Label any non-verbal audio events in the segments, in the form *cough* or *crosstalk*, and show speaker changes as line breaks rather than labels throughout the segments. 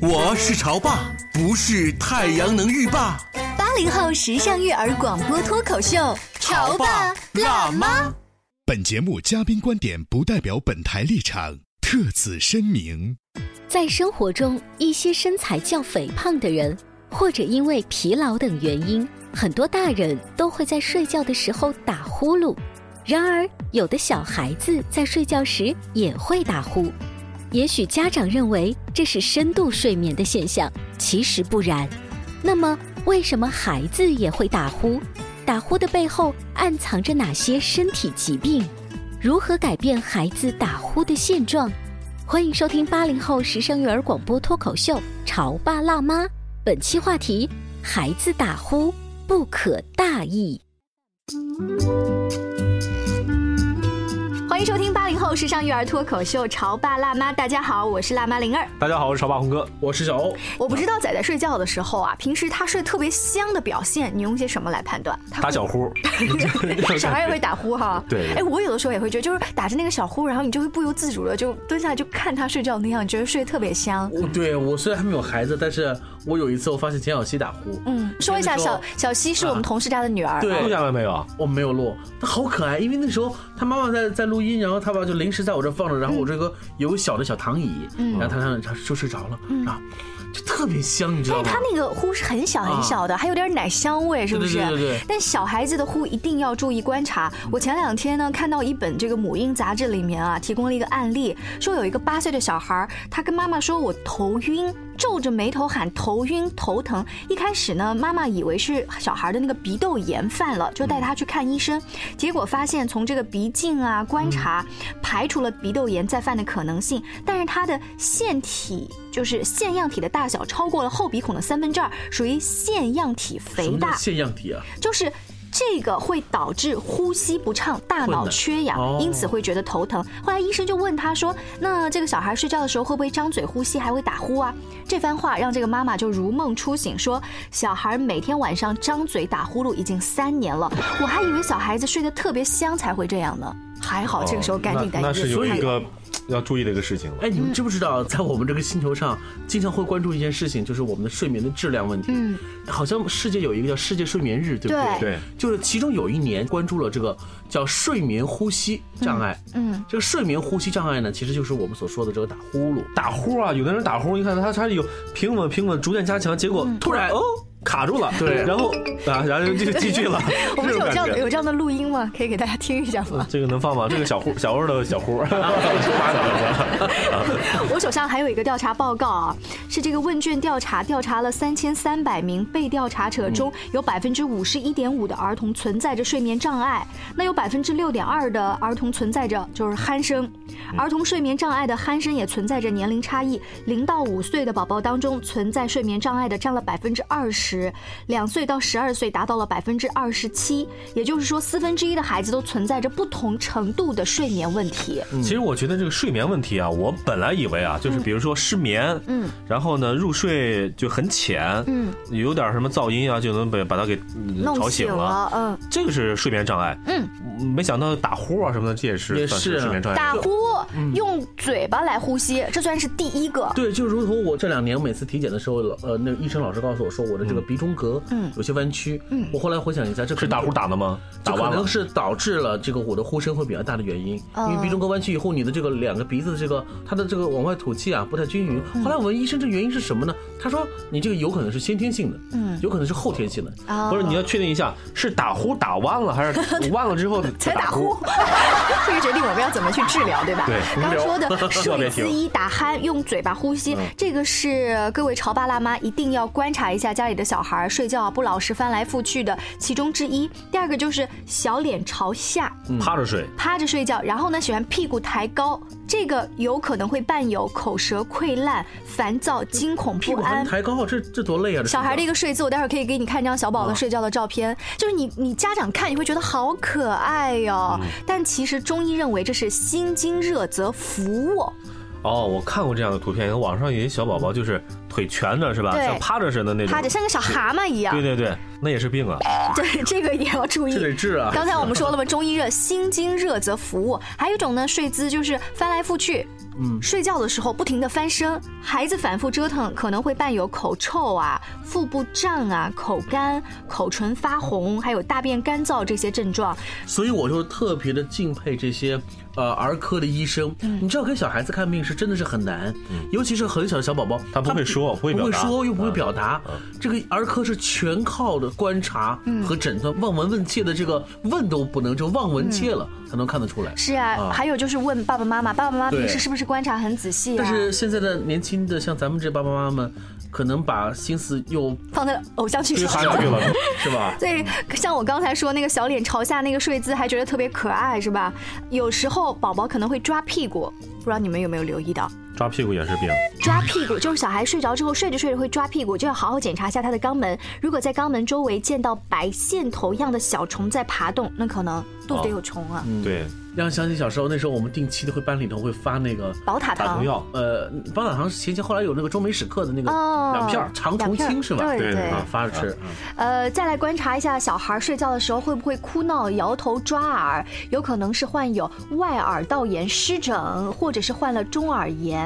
我是潮爸，不是太阳能浴霸。
八零后时尚育儿广播脱口秀，《潮爸辣妈》。
本节目嘉宾观点不代表本台立场，特此声明。
在生活中，一些身材较肥胖的人，或者因为疲劳等原因，很多大人都会在睡觉的时候打呼噜。然而，有的小孩子在睡觉时也会打呼。也许家长认为这是深度睡眠的现象，其实不然。那么，为什么孩子也会打呼？打呼的背后暗藏着哪些身体疾病？如何改变孩子打呼的现状？欢迎收听八零后时尚育儿广播脱口秀《潮爸辣妈》。本期话题：孩子打呼不可大意。
欢迎收听八零后时尚育儿脱口秀《潮爸辣妈》，大家好，我是辣妈灵儿。
大家好，我是潮爸红哥，
我是小欧。
我不知道仔仔睡觉的时候啊，平时他睡特别香的表现，你用些什么来判断？他
打小呼。
*laughs* 小孩也会打呼哈。
*laughs* 对对
哎，我有的时候也会觉得，就是打着那个小呼，然后你就会不由自主的就蹲下来就看他睡觉那样，觉得睡得特别香。
我对我虽然还没有孩子，但是我有一次我发现田小希打呼，
嗯，说一下小小西是我
啊
们同事家的女儿。
对
录下来没有？
我没有录，她好可爱，因为那时候她妈妈在在录音，然后她吧就临时在我这放着，然后我这个
嗯
有个小的小躺椅，然后她上她就睡着了，啊，就特别香，你知道
但嗯
吗
哎他？那个呼是很小很小
啊
的，还有点奶香味，是不是？
对对对对对
但小孩子的呼一定要注意观察。我前两天呢看到一本这个母婴杂志里面啊，提供了一个案例，说有一个八岁的小孩儿，他跟妈妈说我头晕，皱着眉头喊头晕头疼。一开始呢，妈妈以为是小孩的那个鼻窦炎犯了，就带他去看医生，结果发现从这个鼻镜啊观察，排除了鼻窦炎再犯的可能性，但是他的腺体。就是腺样体的大小超过了后鼻孔的三分之二，属于腺样体
什
肥
么叫
大，
腺样体啊？
就是。这个会导致呼吸不畅、大脑缺氧，
困难哦
因此会觉得头疼。后来医生就问他说：“那这个小孩睡觉的时候会不会张嘴呼吸，还会打呼啊？”这番话让这个妈妈就如梦初醒，说：“小孩每天晚上张嘴打呼噜已经三年了，我还以为小孩子睡得特别香才会这样呢。”还
啊
好这个时
哦
候赶紧带
那
医
是
院
有
看
一个要注意的一个事情了。
哎，你
嗯
们知不知道，在我们这个星球上，经常会关注一件事情，就是我们的睡眠的质量问题。
嗯，
好像世界有一个叫世界睡眠日，对不对？
对对，
就是其中有一年关注了这个叫睡眠呼吸障碍。
嗯，
这个睡眠呼吸障碍呢，其实就是我们所说的这个打呼
*laughs*
噜。
打呼啊，有的人打呼，你看他他有平稳平稳，逐渐加强，结
嗯，
果突然哦卡住了，
对
然后啊，然后就继续了
我们是有
种
这
感
样
觉
有这样的录音吗？可以给大家听一下吗？
这个能放吗？这个
*laughs*
小呼小欧的小呼，
我手上还有一个调查报告啊，是这个问卷调查，调查了三千三百名被调查者中，
嗯
有百分之五十一点五的儿童存在着睡眠障碍，那有百分之六点二的儿童存在着就是鼾声，
嗯
儿童睡眠障碍的鼾声也存在着年龄差异，零到五岁的宝宝当中存在睡眠障碍的占了百分之二十，两岁到十二岁达到了百分之二十七，也就是说四分之一的孩子都存在着不同程度的睡眠问题。
嗯
其实我觉得这个睡眠问题啊，我本来以为啊，就是比如说失眠，
嗯，
然后呢入睡就很浅，
嗯，
有点什么噪音啊，就能把把他给嗯
弄
吵
醒
了。
了，嗯。
这个是睡眠障碍，
嗯，
没想到打呼啊什么的，这也是
也
算
是
是睡眠障碍。
打呼用嘴巴来呼吸，这算是第一个。
*laughs*
*laughs*
对，就如同我这两年每次体检的时候，老呃，那个医生老师告诉我说我的这个鼻中隔
嗯
有些弯曲，
嗯
我后来回想一下，这可
是打
能
呼打的吗？
这
打
可
完了
能。是导致了这个我的呼声会比较大的原因，
哦嗯
因为鼻中隔弯曲以后，你的这个两个鼻子的这个它的这个往外吐气啊不太均匀。后来我问医生这原因是什么呢？他说你这个有可能是先天性的，
嗯
有可能是后天性的，
哦
不是，你要确定一下是打呼打弯了
*laughs*
还是弯了之后
才打
呼
呼？， *laughs* 这个决定我们要怎么去治疗，对吧？
对
刚刚说 *laughs* 的
特
睡
别听
姿一打鼾，用嘴巴呼吸，这个是各位潮爸辣妈一定要观察一下家里的小孩儿睡觉啊不老实翻来覆去的其中之一。第二个就是小脸朝下，
趴着睡，
趴着睡觉，然后呢喜欢屁股抬高，这个有可能会伴有口舌溃烂、烦躁、惊恐
屁
不
股还
安
能。抬高，这这多累啊！这
小孩的一个睡啊姿，我待会儿可以给你看一张小宝的睡觉的照片，就是你你家长看你会觉得好可爱哟、但其实中医认为这是心经热则伏卧，
哦，我看过这样的图片，网上有些小宝宝就是腿蜷着是吧，
对
像趴着似的那种，
趴着像个小蛤蟆一样
对。对对，那也是病啊。
对，这个也要注
这得
意。
治啊！
刚才我们说了嘛，中医热，心经热则伏卧，还有一种呢，睡姿就是翻来覆去。嗯，睡觉的时候不停的翻身，孩子反复折腾可能会伴有口臭啊、腹部胀啊、口干、口唇发红，还有大便干燥这些症状。
所以我就特别的敬佩这些呃儿科的医生。你知道给小孩子看病是真的是很难，
嗯
尤其是很小的小宝宝，
他不会说
不
不会表达嗯
不会说又不会表达。这个儿科是全靠的观察
嗯
和诊断，望闻问切的这个问都不能，就望闻切了才能看得出来。
嗯是啊，
啊
还有就是问爸爸妈妈，爸爸妈妈
对
平时是不是观察很仔细、啊？
但是现在的年轻的像咱们这爸爸妈妈们，可能把心思又
放在偶像剧
追
上
哈下去了，
是吧？
所以，像我刚才说那个小脸朝下那个睡姿，还觉得特别可爱，是吧？有时候宝宝可能会抓屁股，不知道你们有没有留意到？
抓屁股也是病。
抓屁股就是小孩睡着之后，睡着睡着会抓屁股，就要好好检查一下他的肛门。如果在肛门周围见到白线头样的小虫在爬动，那可能
哦
肚子有虫啊。
嗯
对，
让想起小时候那时候我们定期的会班里头会发那个
宝塔
打
糖
虫，药，
呃，棒打糖是前期后来有那个中美史克的那个
哦
两片儿长
两
虫
片儿
清是吧？
对对对
啊，发着吃。
呃，再来观察一下小孩睡觉的时候会不会哭闹、摇头、抓耳，有可能是患有外耳道炎湿疹，或者是患了中耳炎。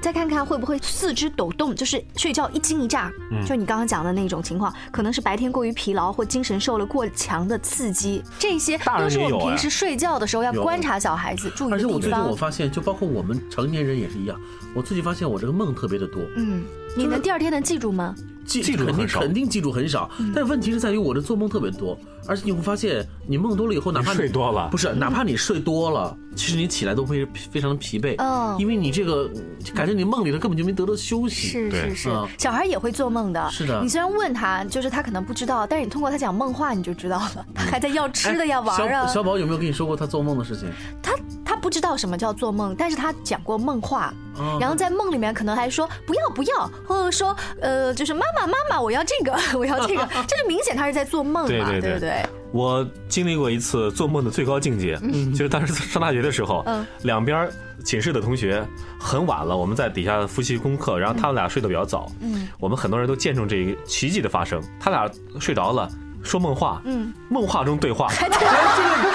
再看看会不会四肢抖动，就是睡觉一惊一乍，
嗯
就你刚刚讲的那种情况，可能是白天过于疲劳或精神受了过强的刺激，这些
大人
都是我
也
们
有哎
平时睡觉的时候要
啊有
观察小孩子注意
而
的
且我
地
最近我
方。
发现，就包括我们成年人也是一样，我最近发现我这个梦特别的多，
嗯，你能第二天能记住吗？
记
记住
肯定
很少
肯定记住很少。
嗯
但问题是在于我的做梦特别多，而且你会发现，你梦多了以后，哪怕你
睡多了
不是，哪怕你睡多了，其实你起来都会非常的疲惫，
哦
因为你这个感觉你梦里头根本就没得到休息。
是
对
是是
嗯，
小孩也会做梦的。
是的
你虽然问他，就是他可能不知道，但是你通过他讲梦话，你就知道了。他还在要吃的呀，玩儿
哎小
啊
小。宝有没有跟你说过他做梦的事情？
他他不知道什么叫做梦，但是他讲过梦话，
嗯
然后在梦里面可能还说不要不要，或者说呃，就是妈妈妈妈，我要这个， *laughs* 我要这个，这个明显他是在做梦
对
嘛，
对对
不对？
我经历过一次做梦的最高境界，就是当
*laughs*
时上大学的时候，
嗯
两边寝室的同学很晚了，我们在底下复习功课，然后他们俩睡得比较早，
嗯
我们很多人都见证这一奇迹的发生，他俩睡着了，说梦话，
嗯，
梦话中对话，
还在
这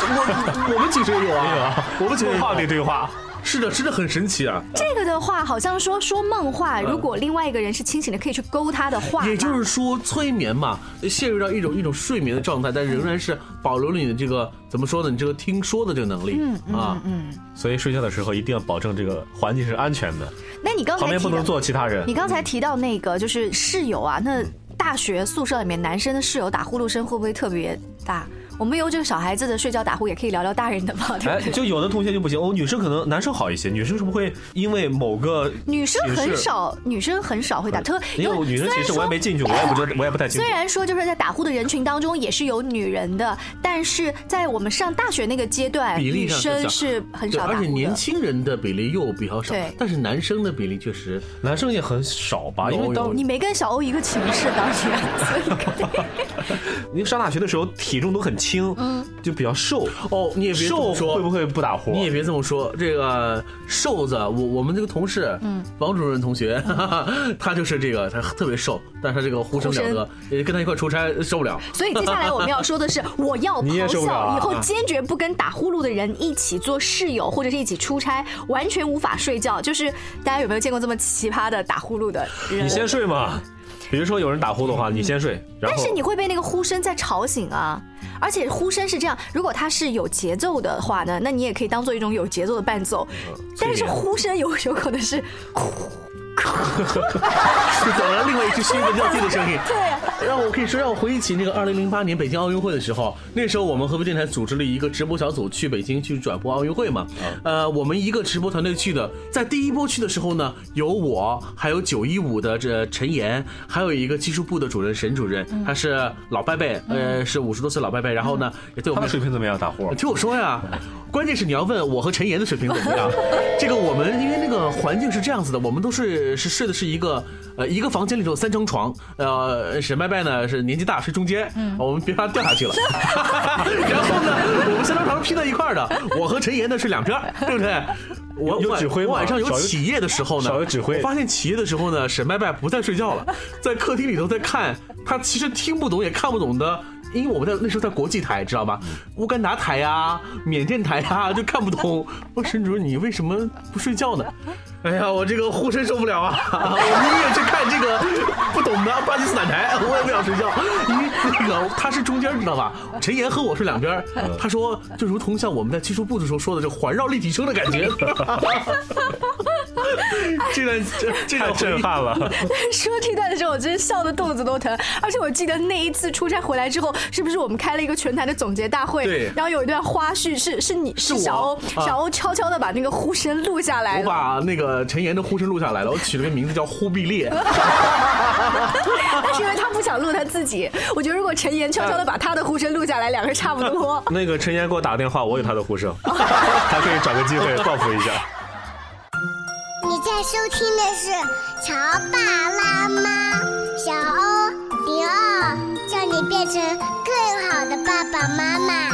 个我我们寝室也有啊，
对吧？
我们寝室
梦
也
话里
有。
对话，
是的，真的很神奇啊。
这个的话，好像说说梦话，如果另外一个人是清醒的，可以去勾他的话嘛，
也就是说，催眠嘛，陷入到一种一种睡眠的状态，但仍然是保留了你的这个怎么说呢？你这个听说的这个能力、
嗯
啊。
所以睡觉的时候一定要保证这个环境是安全的，
那你刚才
旁边
提
不能
到
坐其他人
你。刚才提到那个就是室友啊，那大学宿舍里面男生的室友打呼噜声会不会特别大？我们由这个小孩子的睡觉打呼也可以聊聊大人的嘛，对
哎
不对？，
就有的同学就不行哦，女生可能男生好一些，女生是不会因为某个
*laughs* 女生很
寝室
少，女生很少会打，特
因为呃我女生寝室我也没进去，我也不
*laughs*
知道，我也不太清楚
虽。然说就是在打呼的人群当中也是有女人的，但是在我们上大学那个阶段，
比例
女
上是
生
小
是很
对，
少打
而
呼
且年
的。
轻人的比例又比较少
对，
但是男生的比例确实
男生也很少吧，
有
因为当
有
你没跟小欧一个寝室当时，所以 *laughs* 肯定
你上大学的时候体重都很轻，就比较瘦。
哦，你也别这
瘦
么说，
会不会不打呼？
你也别这么说，这个瘦子，我我们这个同事，嗯，王主任同学， *laughs* 哈哈，他就是这个，他特别瘦，但是他这个呼声
呼
了
声
得，也跟他一块出差受不了。
所以接下来我们要说的
*laughs*
是，我要
你
咆
也受不了
哮，
啊
以后坚决不跟打呼噜的人一起做室友，或者是一起出差，完全无法睡觉。就是大家有没有见过这么奇葩的打呼噜的人？
你先睡嘛。比如说有人打呼的话，你先睡，然
但
后
是你会被那个呼声再吵醒啊，而且呼声是这样，如果它是有节奏的话呢，
呃
那你也可以当做一种有节奏的伴奏，但是呼声有有可能是，
就 *laughs* 走了另外一只虚的掉地的声音。
对，啊
让我可以说让我回忆起那个二零零八年北京奥运会的时候，那时候我们合肥电台组织了一个直播小组去北京去转播奥运会嘛。呃，我们一个直播团队去的，在第一波去的时候呢，有我，还有九一五的这陈岩，还有一个技术部的主任沈主任，他是老伯伯，呃，是五十多岁老伯伯。然后呢，也对我
他
们
的水平怎么样，大伙儿？
听我说呀，关键是你要问我和陈岩的水平怎么样。这个我们因为那个环境是这样子的，我们都睡是睡的是一个呃一个房间里头有三张床，呃沈伯伯呢是年纪大睡中间，我们别怕掉下去了。 *laughs* 然后呢，我们三张床拼在一块儿的，我和陈岩呢睡两边儿，对不对？我
有指挥吗
我晚上有
少一个
起夜的时候呢，
少一个指挥
我发现起夜的时候呢，沈麦麦不在睡觉 *laughs* 了，在客厅里头在看他其实听不懂也看不懂的，因为我们在那时候在国际台，知道吧？乌干达台呀、缅甸台呀、 *laughs* 就看不懂。我说沈主任，你为什么不睡觉呢？哎呀，我这个呼声受不了啊！ *laughs* 我宁愿去看这个不懂的巴基斯坦台， *laughs* 我也不想睡觉，因为那个他是中间，知道吧？陈岩和我是两边儿，他说就如同像我们在技术部的时候说的这环绕立体声的感觉。 *laughs* 这段这这
太
段回忆
震撼了！
说这段的时候，我真是笑的肚子都疼。而且我记得那一次出差回来之后，是不是我们开了一个全台的总结大会
对？
然后有一段花絮是是你
是
是
我
小欧，
啊
小欧悄悄的把那个呼声录下来
我
了。
把那个陈岩的呼声录下来了，我取了个名字叫忽必 *laughs* 烈。
但 *laughs* 是因为他不想录他自己，我觉得如果陈岩悄悄的把他的呼声录下来，两个人差不多。
那个陈岩给我打电话，我有他的呼
*laughs*
声，他可以找个机会报复一下。
你在收听的是《潮爸辣妈》，小欧零二，叫你变成更好的爸爸妈妈。
《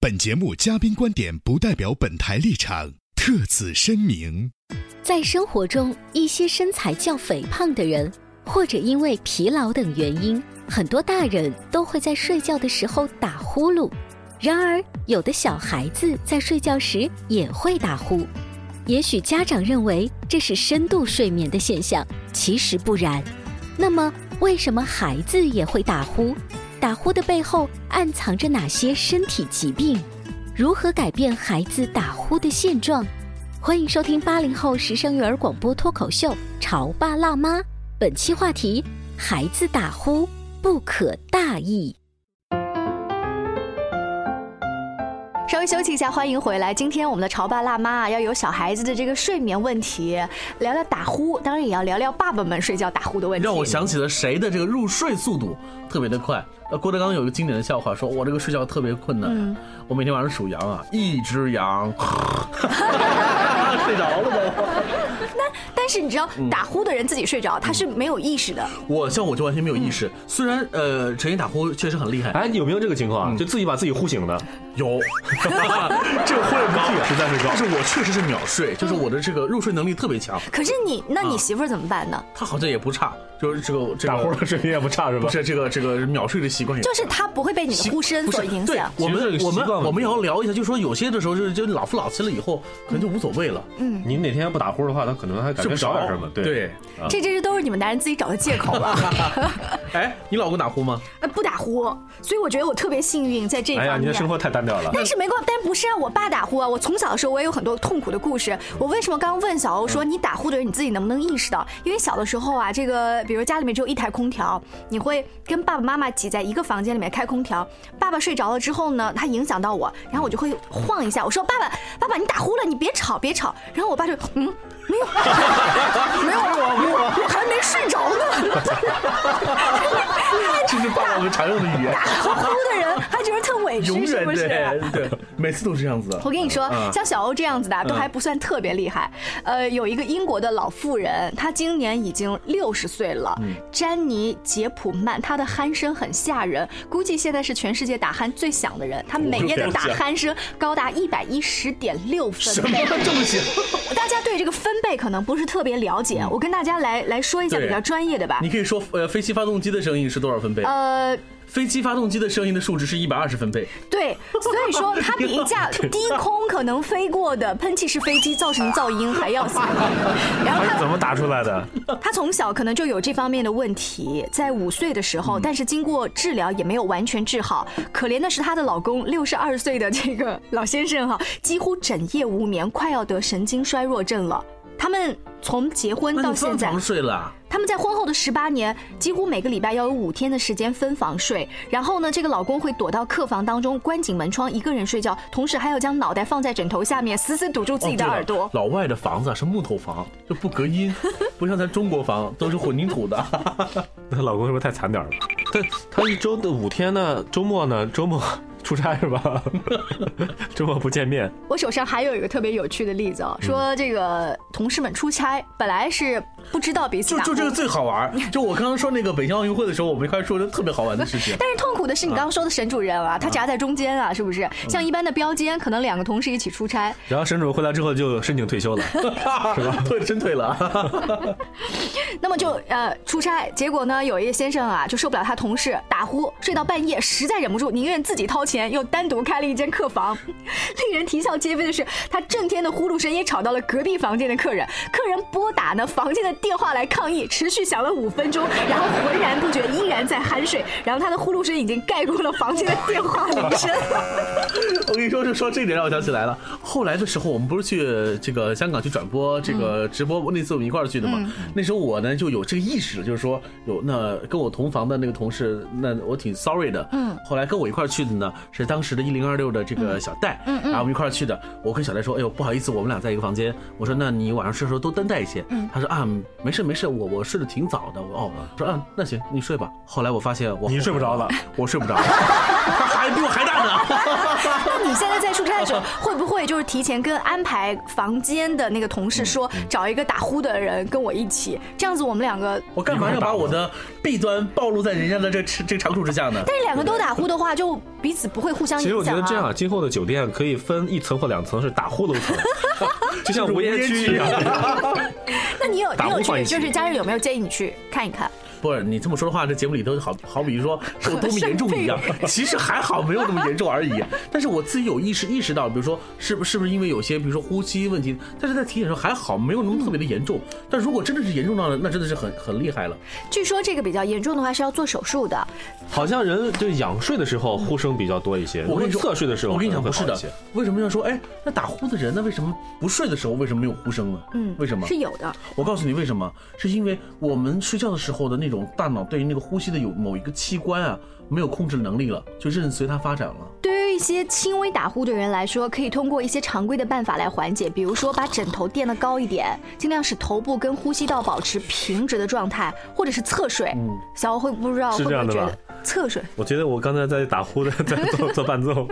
本节目嘉宾观点不代表本台立场，特此声明。
在生活中，一些身材较肥胖的人，或者因为疲劳等原因，很多大人都会在睡觉的时候打呼噜。然而，有的小孩子在睡觉时也会打呼。也许家长认为这是深度睡眠的现象，其实不然。那么，为什么孩子也会打呼？打呼的背后暗藏着哪些身体疾病？如何改变孩子打呼的现状？欢迎收听八零后时尚育儿广播脱口秀《潮爸辣妈》，本期话题：孩子打呼不可大意。
稍微休息一下，欢迎回来。今天我们的潮爸辣妈啊，要有小孩子的这个睡眠问题，聊聊打呼，当然也要聊聊爸爸们睡觉打呼的问题。
让我想起了谁的这个入睡速度特别的快。呃，郭德纲有一个经典的笑话，说我这个睡觉特别困难，
嗯
我每天晚上数羊啊，一只羊 *laughs* 睡着了都。
但是你知道，
嗯
打呼的人自己睡着，他是没有意识的。
我像我就完全没有意识，虽然呃陈岩打呼确实很厉害，
哎，你有没有这个情况啊？
嗯
就自己把自己呼醒的？
有， *laughs* 这个忽略不计，
实在是高
但是我确实是秒睡，就是我的这个入睡能力特别强，
可是你，那你
啊
媳妇儿怎么办呢？
他好像也不差，就是这个这个
打呼的水平也不差是吧？
不是这个这个秒睡的习惯也
就是他不会被你的呼声
不
所
是
影响。
对我啊
其实
们
这个
我
习惯问
们
题
我们也要聊一下，就是说有些的时候就是就老夫老妻了以后，可能就无所谓了，
嗯，
你哪天不打呼的话，他可能还感
睡
觉
不
少
着
点什么。对，
对，
啊
这这是都是你们男人自己找的借口了，
哎，你老公打呼吗？ *laughs*
呃不打呼，所以我觉得我特别幸运在这一
哎
方面。
呀，你的生活太单调了。
但是没关，但不是让我爸打呼啊！我从小的时候我也有很多痛苦的故事。我为什么刚刚问小欧说你打呼的人你自己能不能意识到？因为小的时候啊，这个比如家里面只有一台空调，你会跟爸爸妈妈挤在一个房间里面开空调，爸爸睡着了之后呢，他影响到我，然后我就会晃一下，我说爸爸，爸爸你打呼了，你别吵别吵。然后我爸就嗯。没
*laughs*
有，
啊
啊没有，我我还没睡着呢。 *laughs*
这是爸爸我们常用的语言。 *laughs*
大哭的人还觉得特委
永
屈，是
远
不是？啊
对对，每次都是这样子的。
我跟你说，
嗯
像小欧这样子的啊
嗯
都还不算特别厉害。呃，有一个英国的老妇人，她今年已经六十岁了，
嗯
詹妮·杰普曼，她的鼾声很吓人，估计现在是全世界打鼾最响的人。她每夜的打鼾声高达一百一十点六分
什么
贝，
这么响？
*laughs* 大家对这个分贝可能不是特别了解，我跟大家来来说一下
嗯对
比较专业的吧
你。可以说，呃，飞机发动机的声音是多少分贝？
呃，
飞机发动机的声音的数值是一百二十分贝。
*laughs* 对，所以说它比一
*laughs*
架低空可能飞过的喷气式飞机造成的噪
*laughs*
音还要响。然后
他是怎么打出来
*laughs*
的？
他从小可能就有这方面的问题，在五岁的时
嗯
候，但是经过治疗也没有完全治好。可怜的是她的老公，六十二岁的这个老先生哈，几乎整夜无眠，快要得神经衰弱症了。他们从结婚
那
到
你
现
上
在
床，睡
啊
了？
他们在婚后的十八年，几乎每个礼拜要有五天的时间分房睡。然后呢，这个老公会躲到客房当中，关紧门窗，一个人睡觉，同时还要将脑袋放在枕头下面，死死堵住自己的
哦对了
耳朵。
老外的房子啊是木头房，就不隔
*laughs*
音，不像咱中国房都是混凝土的。
那老公是不是太惨点儿了？
他他一周的五天呢，周末呢，周末出差是吧？周末不见面，
我手上还有一个特别有趣的例子啊、说这个同事们出差，本来是不知道彼此
就
打
就这个
呼
最好玩儿，就我刚刚说那个北京奥运会的时候，我们一块儿说的特别好玩的事情。
*laughs* 但是痛苦的是你
嗯
刚刚说的神主任啊，他夹在中间啊，是不是？像一般的标间，可能两个同事一起出差，
然后沈主回来之后就申请
*laughs*
退休了，是吧？
退真退了，啊
*laughs* 那么就呃出差，结果呢，有一个先生啊就受不了他同事打呼，睡到半夜，实在忍不住，宁愿自己掏钱，又单独开了一间客房。 *laughs* 令人啼笑皆非的是，他震天的呼噜声也吵到了隔壁房间的客人，客人拨打呢房间的电话来抗议，持续响了五分钟，然后浑然不觉，依然在酣睡，然后他的呼噜声已经盖过了房间的电话铃声。
我跟你说，就说这一点让我想起来了。后来的时候，我们不是去这个香港去转播这个直播，那次我们一块儿去的嘛
嗯。
那时候我呢就有这个意识了，就是说有那跟我同房的那个同事，那我挺 sorry 的。
嗯
后来跟我一块儿去的呢是当时的一零二六的这个小戴，
嗯嗯嗯
然后我们一块儿去的。我跟小戴说，哎呦不好意思，我们俩在一个房间。我说那你晚上睡的时候多担待一些。
嗯
他说啊没事没事，我我睡得挺早的。我哦我说啊那行你睡吧。后来我发现我你睡不着了，我睡不着了。 *laughs* 他还比我还大呢。
那你现在在出差的时 *laughs* 候，会不会就是提前跟安排房间的那个同事说，找一个打呼的人跟我一起，这样子我们两个，
我干嘛要把我的弊端暴露在人家的这这这长处之下呢？
但是两个都打呼的话，就彼此不会互相
其实我
影
觉
响
得这样，
啊。
啊，今后的酒店可以分一层或两层是打呼噜层，就像无烟区一样。
那你有
打
你
呼
有
放
去，
一起
就是家人有没有建议你去看一看？
不是你这么说的话，这节目里头好好比说是我多么严重
*laughs*
一样，其实还好没有那么严重而已。但是我自己有意识意识到，比如说是不是不是因为有些比如说呼吸问题，但是在体检的时候还好没有那么特别的严重。
嗯
但如果真的是严重到了，那真的是很很厉害了。
据说这个比较严重的话是要做手术的。
*laughs* 好像人就仰睡的时候呼声比较多一些，
我跟你说，
侧睡的时候
我跟你讲
可
不
能会
是
好一
的
些，
为什么要说哎那打呼的人呢？为什么不睡的时候为什么没有呼声呢？
嗯，
为什么
是有的？
我告诉你为什么，是因为我们睡觉的时候的那种大脑对于那个呼吸的有某一个器官啊没有控制能力了，就任随它发展了。
对于一些轻微打呼的人来说，可以通过一些常规的办法来缓解，比如说把枕头垫得高一点，尽量使头部跟呼吸道保持平直的状态，或者是侧睡。
嗯
小欧会不知道会
是
不
这样
会
的
觉
吧
得侧睡？
我觉得我刚才在打呼的， *laughs* 在做做伴奏。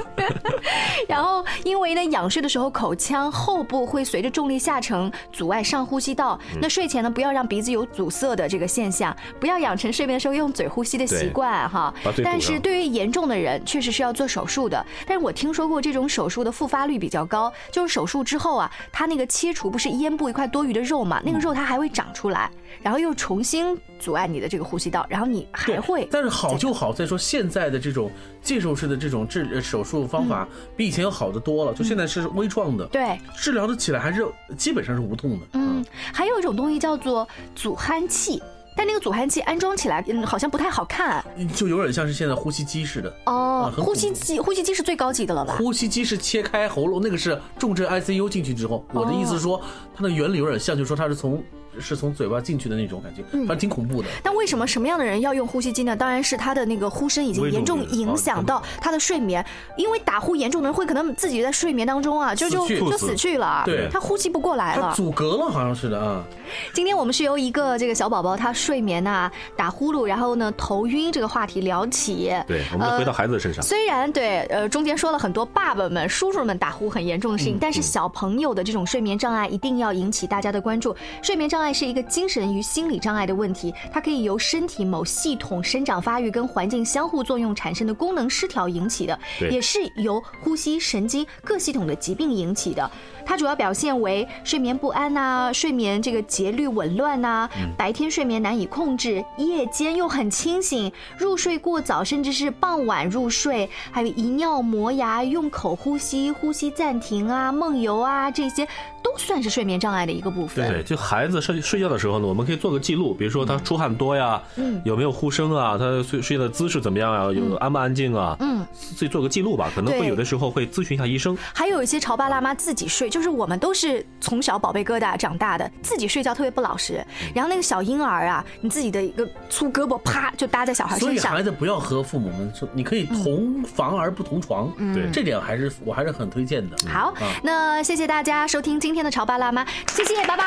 然后，因为呢，仰睡的时候口腔后部会随着重力下沉，阻碍上呼吸道。
嗯
那睡前呢，不要让鼻子有阻塞的这个现象，不要养成睡眠的时候用嘴呼吸的习惯哈
把嘴。堵上
但是对于严重的人，确实是要做手术的。但是我听说过这种手术的复发率比较高，就是手术之后啊，它那个切除不是咽部一块多余的肉嘛，那个肉它还会长出来，然后又重新阻碍你的这个呼吸道，然后你还会。
但是好就好在说现在的这种介入式的这种治呃手术方法比以前要好得多了，就现在是微创的，
嗯对，
治疗的起来还是基本上是无痛的。
嗯，还有一种东西叫做阻鼾器，但那个阻鼾器安装起来，嗯，好像不太好看。
就有点像是现在呼吸机似的。啊
哦，
很
呼吸机，呼吸机是最高级的了吧？
呼吸机是切
哦
开喉咙，那个是重症 ICU 进去之后。我的意思是说，它的原理有点像，就是说它是从是从嘴巴进去的那种感觉，
嗯
反正挺恐怖的。
但为什么什么样的人要用呼吸机呢？当然是他的那个呼声已经严重影响
啊
到
嗯
他的睡眠，因为打呼严重的人会可能自己在睡眠当中啊，就就
死去
就死去了，
对
他呼吸不过来
它
了。
阻隔了，好像是的啊。
今天我们是由一个这个小宝宝他睡眠呐、打呼噜，然后呢头晕这个话题聊起。
对，我们回
呃
到孩子的身上。
虽然对，呃，中间说了很多爸爸们、叔叔们打呼很严重的事情，但是小朋友的这种睡眠障碍一定要引起大家的关注。睡眠障碍是一个精神与心理障碍的问题，它可以由身体某系统生长发育跟环境相互作用产生的功能失调引起的，
对
也是由呼吸、神经各系统的疾病引起的。它主要表现为睡眠不安呐、睡眠这个节律紊乱呐、白天睡眠难以控制，夜间又很清醒，入睡过早，甚至是傍晚入睡，还有遗尿、磨牙、用口呼吸、呼吸暂停啊、梦游啊，这些都算是睡眠障碍的一个部分。
对，就孩子睡睡觉的时候呢，我们可以做个记录，比如说他出汗多呀，
嗯
有没有呼声啊，他睡睡的姿势怎么样啊，有安不安静啊，
嗯
自己做个记录吧，可能
对
会有的时候会咨询一下医生。
还有一些潮爸辣妈自己睡，就是我们都是从小宝贝疙瘩长大的，自己睡觉特别不老实。然后那个小婴儿啊，你自己的一个粗胳膊啪就搭在小孩
所
身
以
上，
孩子不要和父母们说，你可以同房而不同床，
嗯对
这点还是我还是很推荐的。
好
啊，
那谢谢大家收听今天的潮爸辣妈，谢谢，拜拜。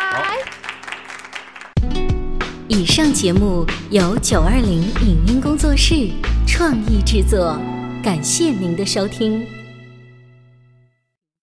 以上节目由九二零影音工作室创意制作，感谢您的收听。